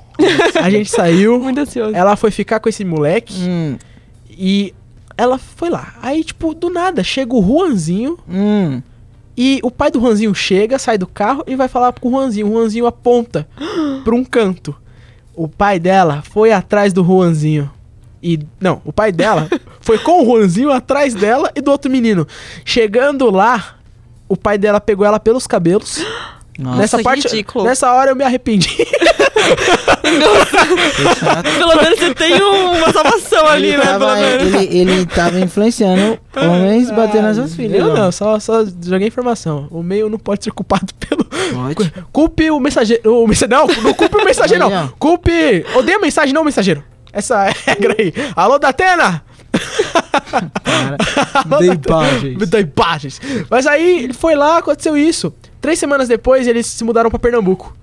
A gente saiu,
Muito ansioso.
ela foi ficar com esse moleque
Hum,
e ela foi lá. Aí, tipo, do nada, chega o Juanzinho
hum.
e o pai do Juanzinho chega, sai do carro e vai falar com o Juanzinho. O Juanzinho aponta pra um canto. O pai dela foi atrás do Juanzinho. E. Não, o pai dela foi com o Juanzinho atrás dela e do outro menino. Chegando lá, o pai dela pegou ela pelos cabelos.
Nossa,
nessa
que
parte.
ridículo.
Nessa hora eu me arrependi.
que chato.
Pelo menos você tem uma salvação ali,
ele,
né? Pelo
tava,
menos.
ele, ele tava influenciando homens batendo nas suas filhas.
Eu
Laura.
não, só, só joguei informação. O meio não pode ser culpado pelo.
Pode.
Culpe o mensageiro. O mensa- Não, não culpe o mensageiro, não.
Olha.
Culpe. Odeia a mensagem, não o mensageiro. Essa é a regra aí. Alô, Datena!
Cara,
Alô,
dei
Datena.
bagens.
Me dei bagens. Mas aí ele foi lá, aconteceu isso. Três semanas depois, eles se mudaram pra Pernambuco.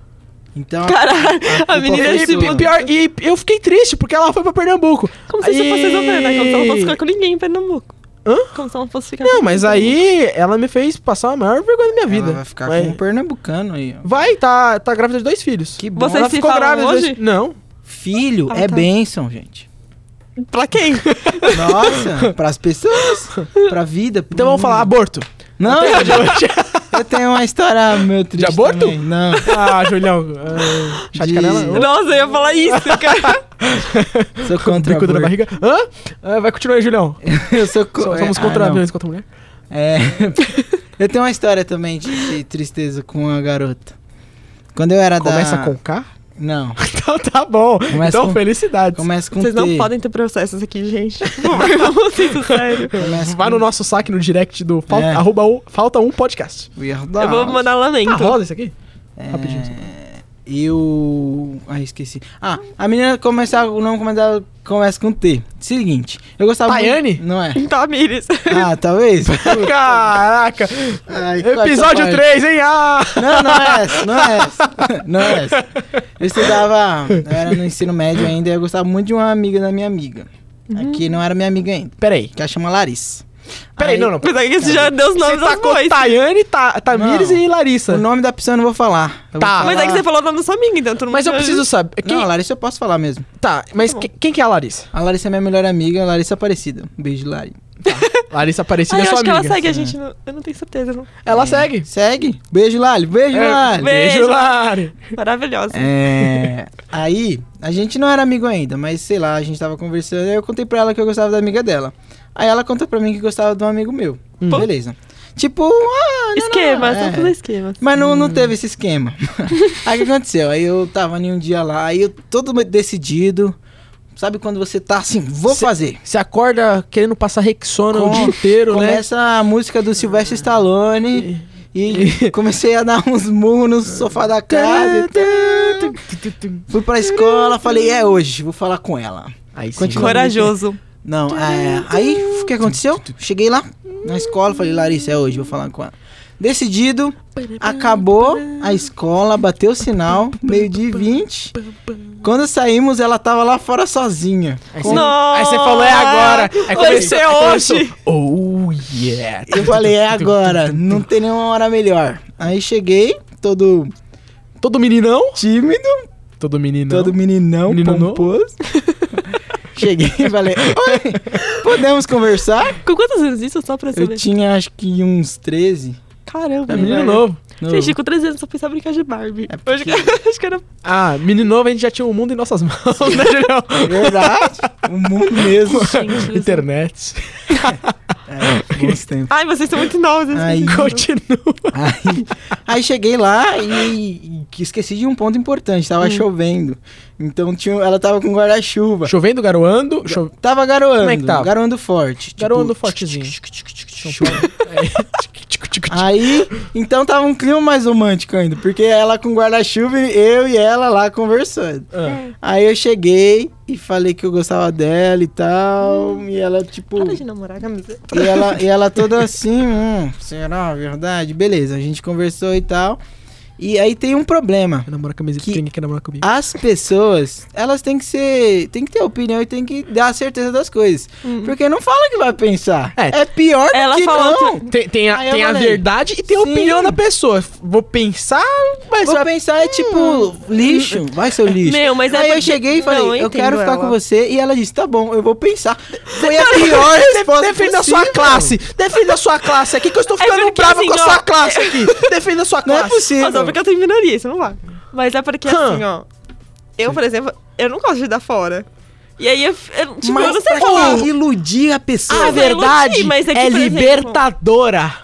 Então,
Caralho,
culpa
a menina
foi
E,
se
sua.
e,
mudou.
pior, e eu fiquei triste, porque ela foi pra Pernambuco.
Como se isso
Aí-
fosse resolver, né? Como se ela não fosse ficar com ninguém em Pernambuco.
Hã?
Como se ela não fosse ficar
Não,
com
mas
ninguém em
aí ela me fez passar a maior vergonha da minha vida.
é ela vai ficar
Mas-
com um pernambucano aí, ó.
Vai, tá, tá grávida de dois filhos.
Que bom.
Vocês
Ela
se
ficou
falam
grávida.
dos
hoje?
dois- Não.
Filho
Ah,
é
tá.
bênção, gente.
Pernambuco. Pra quem?
Nossa, pras pessoas, pra vida. pro
Então vamos falar
mundo.
aborto.
Não, eu tenho uma história meu triste
aborto?
também. Não.
ah, Julião. ah, chá de
De-
canela? Ô,
Nossa, eu ia falar isso, cara.
Sou contra
bicuda na
aborto.
barriga. Hã? Ah, vai continuar aí, Julião.
Eu sou co-
So-
é,
Somos
ah,
contra a
não.
violência contra a mulher.
É. Eu tenho uma história também de, de tristeza com uma garota. Quando eu era
Começa
da...
com K?
Não.
Então tá bom.
Começa
então,
com-
felicidades.
Começa com
Vocês não
T.
podem ter processos aqui, gente. Tá Por favor, vamos ser isso sério.
Começa
Vai
com-
no nosso saque no direct do falta,
É.
arroba um, falta um podcast.
Weird
Eu vou
Al.
mandar lamento.
Tá rosa isso aqui?
É,
Rapidinho, só.
Eu. Ah, esqueci. Ah, a menina começava. O nome começava, começa com T. Seguinte, eu gostava. muito-
Tayane?
Não é?
Tá, Mires.
Ah, talvez.
Caraca!
Ai, corta
Episódio
essa parte.
3, hein? Ah!
Não, não é essa, não é essa. Não é essa. Eu estudava. Eu era no ensino médio ainda e eu gostava muito de uma amiga da minha amiga. Aqui não era minha amiga ainda.
Peraí.
Que ela chama Larissa.
Peraí,
Aí-
não, não.
Apesar
tá
que você já deu os nomes
Você
das
tacou
coisas.
Tayane, Ta- Tamires
Não.
e Larissa.
O nome da pessoa eu não vou falar. Eu
Tá.
Vou falar...
Mas é que você falou o nome da sua amiga, então tu não
Mas eu preciso saber. Quem...
Não, a Larissa eu posso falar mesmo.
Tá, mas
Tá bom.
que- quem que é a Larissa?
A Larissa é minha melhor amiga, a Larissa Aparecida. Um beijo, Lari.
Larissa Aparecida
Ai,
é
Ah, eu
sua
acho que
amiga.
ela segue a
assim.
gente. não- eu não tenho certeza, não.
É.
Ela segue.
Segue? Beijo, Lari. Beijo,
É,
Lari.
Beijo,
Beijo,
Lari.
Maravilhosa.
É. Aí, a gente não era amigo ainda, mas sei lá, a gente tava conversando. Aí eu contei pra ela que eu gostava da amiga dela. Aí ela contou pra mim que gostava de um amigo meu.
Hum.
Beleza. Tipo, ah, não,
esquema,
não,
só
não, é.
fazer esquema.
Mas não,
Hum.
não teve esse esquema. aí o que aconteceu? Aí eu tava em um dia lá, aí eu todo decidido. Sabe quando você tá assim, vou
Cê-
fazer.
Você acorda querendo passar Rexona o
Com-
dia inteiro, né?
Começa a música do Sylvester Stallone e comecei a dar uns murros no sofá da casa. Fui pra escola, falei, é hoje, vou falar com ela.
Aí sim.
Continua.
Corajoso.
Não, é, aí o que aconteceu? Cheguei lá na escola, falei, Larissa, é hoje, vou falar com ela. Decidido, acabou a escola, bateu o sinal, meio-dia e 20. Quando saímos, ela tava lá fora sozinha.
Aí
Com-
você- Aí você falou, é agora. Aí
Vai
começou,
ser
aí começou.
hoje.
Oh, yeah.
Eu falei, é agora, não tem nenhuma hora melhor. Aí cheguei, todo
Todo meninão?
tímido,
Todo meninão.
todo meninão,
Menino novo.
pomposo. cheguei e falei, oi, podemos conversar?
Com quantos anos isso? Só pra saber.
Eu tinha acho que uns 13.
Caramba,
É menino
velho.
novo.
Gente, com 3 anos só pensava em brincar de Barbie.
É
Hoje, acho que era...
Ah, menino novo, a gente já tinha o mundo em nossas mãos, né, Julião?
Verdade. o mundo mesmo.
Gente, isso-
Internet.
É, bons tempos.
Ai, vocês são muito novos. vocês são
Ai.
muito novos.
Continua.
Aí, aí cheguei lá e, e que esqueci de um ponto importante. Tava
Hum.
chovendo. Então tinha, ela tava com guarda-chuva.
Chovendo, garoando. Cho...
Tava garoando.
Como é que tava?
Garoando forte. tipo,
Garoando fortezinho. É, tipo,
Aí, então tava um clima mais romântico ainda. Porque ela com guarda-chuva e eu e ela lá conversando.
Ah.
Aí eu cheguei e falei que eu gostava dela e tal. E ela, tipo.
Hum. Para de namorar, camisa.
E ela, e ela toda assim, hum, será verdade? Beleza, a gente conversou e tal. E aí tem um problema.
Quer namorar com a camiseta?
Que- Ah,
Quem quer namorar comigo?
As pessoas, elas têm que ser. Tem que ter opinião e tem que dar certeza das coisas. Porque não fala que vai pensar.
É.
É, pior
Hum. Ela
que
falou
não.
Tem, tem a,
Aí eu
tem a
falei,
verdade e tem a
sim.
opinião da pessoa. Vou pensar, mas
Vou
vai-
pensar, é tipo, lixo, vai seu lixo.
Hum. Meu, mas é
Aí eu
porque-
cheguei e falei,
Não, eu
eu, quero
entendo
ficar
ela.
com você. E ela disse, tá bom, eu vou pensar. Foi É a pior resposta
Defenda a
possível.
sua classe! Defenda a sua classe aqui, que eu estou ficando
porque,
bravo
assim,
com a
ó,
sua classe aqui! Defenda a sua
Não é
classe!
Ah, só
possível.
porque eu tô em minoria, isso não vai. Mas é porque,
Hã.
assim, ó... Eu, por exemplo, eu não gosto de dar fora. E aí, eu, eu, tipo, eu não sei
pra
falar.
quê? iludir a pessoa.
Ah,
a
mas velho.
verdade
iludi, mas é que,
é
por exemplo-
libertadora!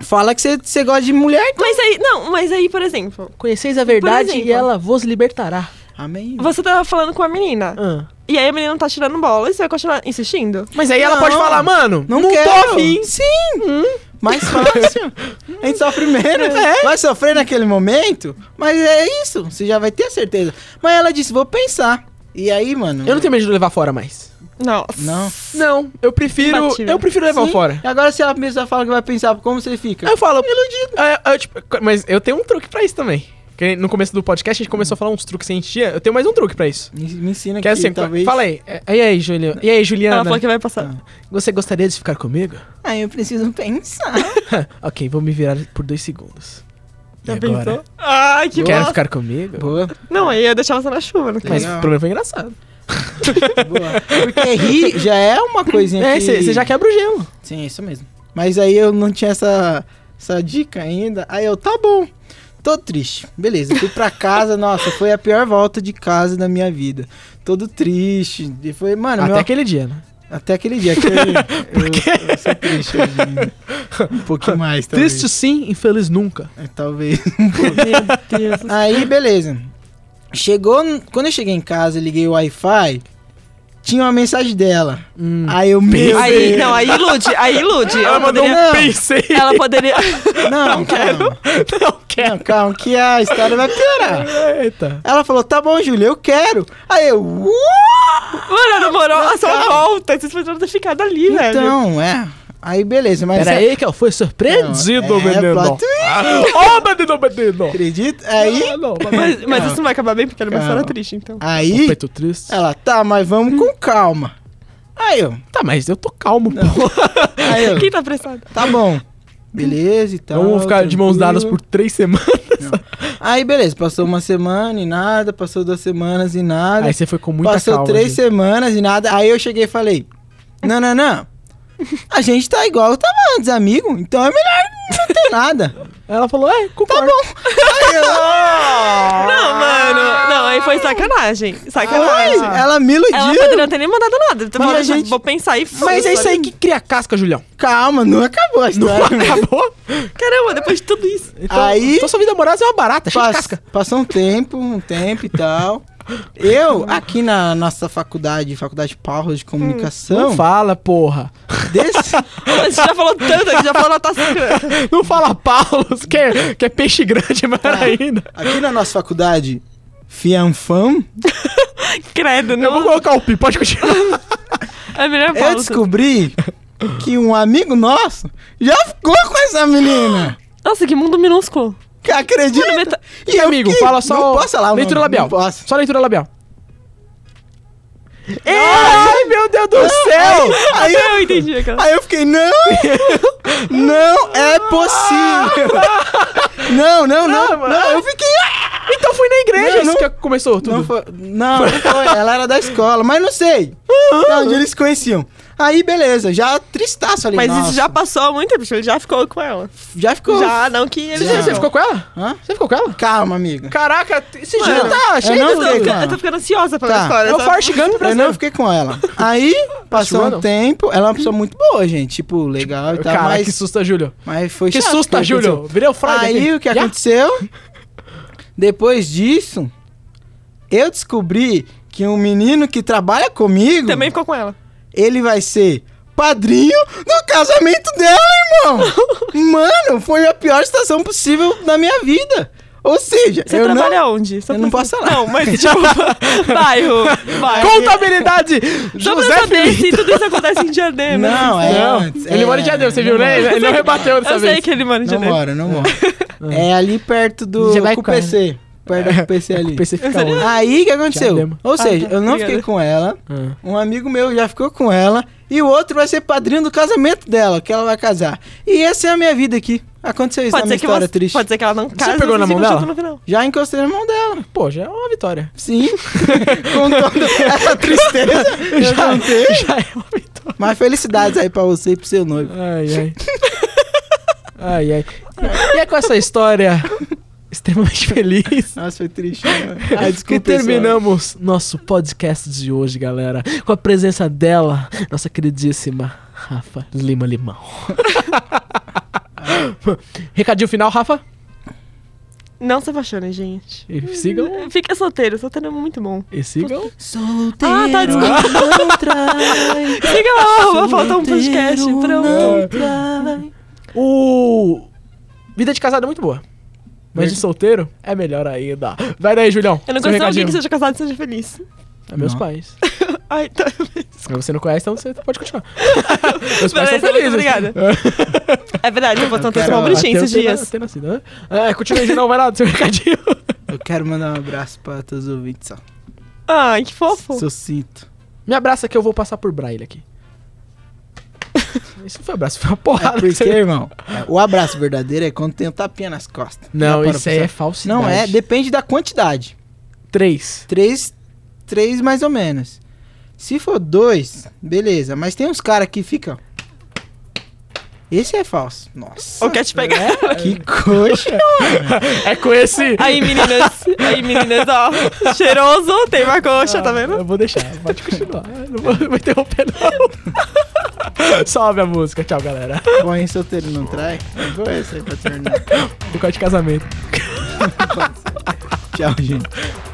Fala que você- você gosta de mulher, então.
Mas aí, não, mas aí, por exemplo...
Conheceis a verdade
exemplo.
e ela vos libertará.
Amém.
Você tava falando com a menina.
Ah.
E aí a menina não tá tirando bola e você vai continuar insistindo.
Mas aí ela
Não,
pode falar, mano,
Não,
não,
quero.
tô afim.
Sim.
Hum?
Mais fácil. A gente sofre menos.
É.
Vai sofrer naquele momento, mas é isso. Você já vai ter certeza. Mas ela disse, vou pensar. E aí, mano...
Eu não tenho medo de levar fora mais.
Nossa.
Não.
Não, eu prefiro.
Imbatível.
Eu prefiro levar
Sim.
É fora.
Agora se a pessoa fala que vai pensar, como você fica?
Aí eu falo, iludido. mas eu tenho um truque pra isso também. Que no começo do podcast a gente começou a falar uns truques sem tia. Eu tenho mais um truque pra isso.
Me, me ensina
Que é assim, fala aí. É, E aí, Juliana? E aí,
Ela
Juliana?
falou que vai passar.
Você gostaria de ficar comigo?
Ah, eu preciso pensar.
ok, vou me virar por dois segundos.
Já
E agora?
pensou? Ai, que
Quer
bosta.
ficar comigo?
Boa,
Não, aí eu ia deixar você na chuva, né?
Mas
Legal.
o problema foi engraçado.
boa. Porque rir já é uma coisinha
É,
que...
você já quebra o gelo.
Sim, é isso mesmo. Mas aí eu não tinha essa, essa dica ainda. Aí eu, tá bom. Tô triste. Beleza, fui pra casa. nossa, foi a pior volta de casa da minha vida. Todo triste. E foi, mano,
Até
meu-
aquele dia, né?
até aquele dia que eu, eu, eu sou triste hoje ainda. Um pouquinho mais, talvez.
Triste sim, infeliz nunca.
É, Talvez.
Meu Deus.
Aí, beleza. Chegou. Quando eu cheguei em casa e liguei o Wi-Fi, tinha uma mensagem dela.
Hum.
Aí eu, meu
Aí,
Deus. um
não, aí ilude, aí ilude. Ela poderia.
um
não.
Pensei,
Ela poderia.
Não, quero.
não quero.
Não, calma, que a história vai piorar.
Eita.
Ela falou, tá bom, Júlia, eu quero. Aí eu, "Uh!"
Mano, namorou só volta. Vocês poderiam ter ficado ali, velho.
Então, é. Aí, beleza, mas...
Pera aí que eu fui surpreendido,
Não, é
menino.
plot
Ó, menino, menino.
Acredita? Aí,
Ah, não, mas-
Mas, mas
Calma.
isso não vai acabar bem porque era uma
Calma.
história triste, então.
O
aí,
peito triste.
ela, tá, mas vamos com calma. Aí eu,
Tá, mas eu tô calmo, pô.
aí eu,
Quem tá apressado?
tá bom. Beleza e tal.
Vamos ficar de mãos dadas por três semanas.
Aí beleza, passou uma semana e nada, passou duas semanas e nada.
Aí você foi com muita
Passou
calma.
três
gente.
semanas e nada. Aí eu cheguei e falei: Não, não, não. A gente tá igual tava antes, amigo. Então é melhor não ter nada.
Ela falou, é, concordo.
Aí eu, "Ah."
Não, mano. Não, aí foi sacanagem.
Ah,
Ai,
Sacanagem.
ela me iludiu.
Ela poderia não ter nem mandado nada. Também
Mas,
eu já
gente-
vou pensar e
Mas é
foda-se.
isso aí que cria casca, Julião.
Calma, não acabou a
Não
história.
acabou?
Caramba, depois de tudo isso.
Então,
Aí-
então sua vida amorosa é uma barata, cheia de
Pass-
casca.
Passou um tempo, um tempo e tal. Eu, aqui na nossa faculdade, Faculdade Parros de Comunicação,
Não fala, porra.
desse-
Você já falou tanto, que já falou ela tá sacana.
Não fala Paulos, que é, que é peixe grande mais ainda.
Tá.
Tá
aqui na nossa faculdade Fianfam,
Credo,
Eu vou
não.
colocar o pi, pode continuar.
É melhor
eu
pausa.
descobri que um amigo nosso já ficou com essa menina.
Nossa, que mundo minúsculo.
Que Acredita?
Mano, meta-
E
E
eu
amigo,
fiquei-
fala só
Não posso falar o nome,
leitura labial.
Não posso.
Só leitura labial. Ai, meu Deus do céu!
Aí eu,
Eu entendi aquela.
aí eu fiquei, não! Não é possível! Não, não, não! Não, eu fiquei.
Então foi na igreja
Não,
isso
não-
que começou tudo.
Não foi, não, não foi. Ela era da escola, mas não sei. Não, onde eles se conheciam. Aí, beleza, já tristaço ali.
Mas
nossa,
isso já passou há muito tempo, tipo, ele já ficou com ela.
já ficou.
Já, não que ele
Você,
Já.
você ficou com ela?
Hã?
Você ficou com ela?
Calma, amiga.
Caraca, esse
Mano,
jeito tá
eu
cheio
não
Eu tô,
sei,
ficando,
mano.
eu tô ficando ansiosa pela
Tá.
história.
É o
sabe?
Forrest Gump
Eu
brasileiro.
não fiquei com ela. Aí, passou
Chorando?
um tempo, ela é uma pessoa muito boa, gente. Tipo, legal e tal,
Cara,
mas,
tá, que susto, Júlio.
mas foi
Que
chato
susto,
o
Júlio.
aconteceu.
Virei o Freud
Aí,
aqui.
o que
Já?
aconteceu? Depois disso, eu descobri que um menino que trabalha comigo,
Também ficou com ela.
ele vai ser padrinho do casamento dela, irmão. Mano, foi a pior estação possível da minha vida. Ou seja,
Você
eu
trabalha
não...
onde? Só
eu não
pra-
posso falar.
Não, mas tipo, bairro, bairro.
Contabilidade!
Só pra
José
saber
Felipe.
se tudo isso acontece em Diadema.
Não, é
Não,
antes,
ele
é-
mora em Diadema, você
não
viu, né?
mora.
Ele não rebateu dessa
Eu
vez.
sei que ele mora em
Não
Diadema.
mora, não mora. É ali perto do
Já vai
com o
com ela.
PC. Perto do PC
É que
ali.
o PC fica
Sério?
onde?
Aí o que aconteceu?
Diadema.
Ou seja,
tá.
eu não
Obrigada.
fiquei com ela.
Ah.
Um amigo meu já ficou com ela. E o outro vai ser padrinho do casamento dela, que ela vai casar. E essa é a minha vida aqui. Aconteceu isso, é
Pode
uma
ser, que
história
você,
triste.
pode ser que ela não case.
pegou na
vocês
mão
ficam
dela?
juntos no final.
Já encostei na mão dela.
Pô, já é uma vitória.
Sim. com toda essa tristeza. Eu
Já-
contei.
Já é uma vitória.
Mas felicidades aí pra você e pro seu noivo.
Ai, ai. Ai, ai. E é com essa história extremamente feliz
Nossa, foi triste. né? Ai,
que
desculpa. pessoal.
terminamos nosso podcast de hoje, galera. Com a presença dela, nossa queridíssima Rafa Lima Limão. Recadinho final, Rafa?
Não se apaixonem, gente. Hum,
E sigam.
Fica solteiro, solteiro é muito bom.
E sigam.
Solteiro.
Ah, tá, desculpa.
Não trai.
Siga lá, arroba, falta um podcast. um. Pronto.
Não trai.
O. Vida de casado é muito boa. Mas de solteiro é melhor ainda. Vai daí, Julião.
Eu não
seu
conheço alguém
recadinho.
que seja casado e seja feliz.
É meus
Não.
pais.
Ai, tá.
Mas você não conhece, então você pode continuar. meus pais são
Beleza,
felizes. assim.
muito obrigada. É verdade, eu vou
Eu
tanto
quero-
tomar um bonitinho
Até eu
esses
ter-
dias.
ter nascido, né? É, continua aí, Julião, vai lá, do seu recadinho.
Eu quero mandar um abraço pra todos os ouvintes, ó.
Ai, que fofo.
Seu cinto.
Me abraça que eu vou passar por Braille aqui. Isso não foi abraço, foi uma
É
porrada.
porque, irmão, é, o abraço verdadeiro é quando tem um tapinha nas costas.
Não,
Já
isso
parou
aí
pra
é
pensar?
falsidade.
Não é, depende da quantidade.
Três.
Três, três mais ou menos. Se for dois, beleza. Mas tem uns caras que ficam... Esse é falso. Nossa.
Ou quer te pegar?
É? Que coxa.
É com esse...
Aí, meninas. Aí, meninas, ó. Cheiroso, tem uma coxa, tá vendo?
Eu vou deixar, pode continuar. Eu Não vou, não vou interromper, não. Salve a música, tchau, galera.
Põe solteiro não trai. Pegou essa aí pra terminar.
Por causa de casamento.
Tchau, gente.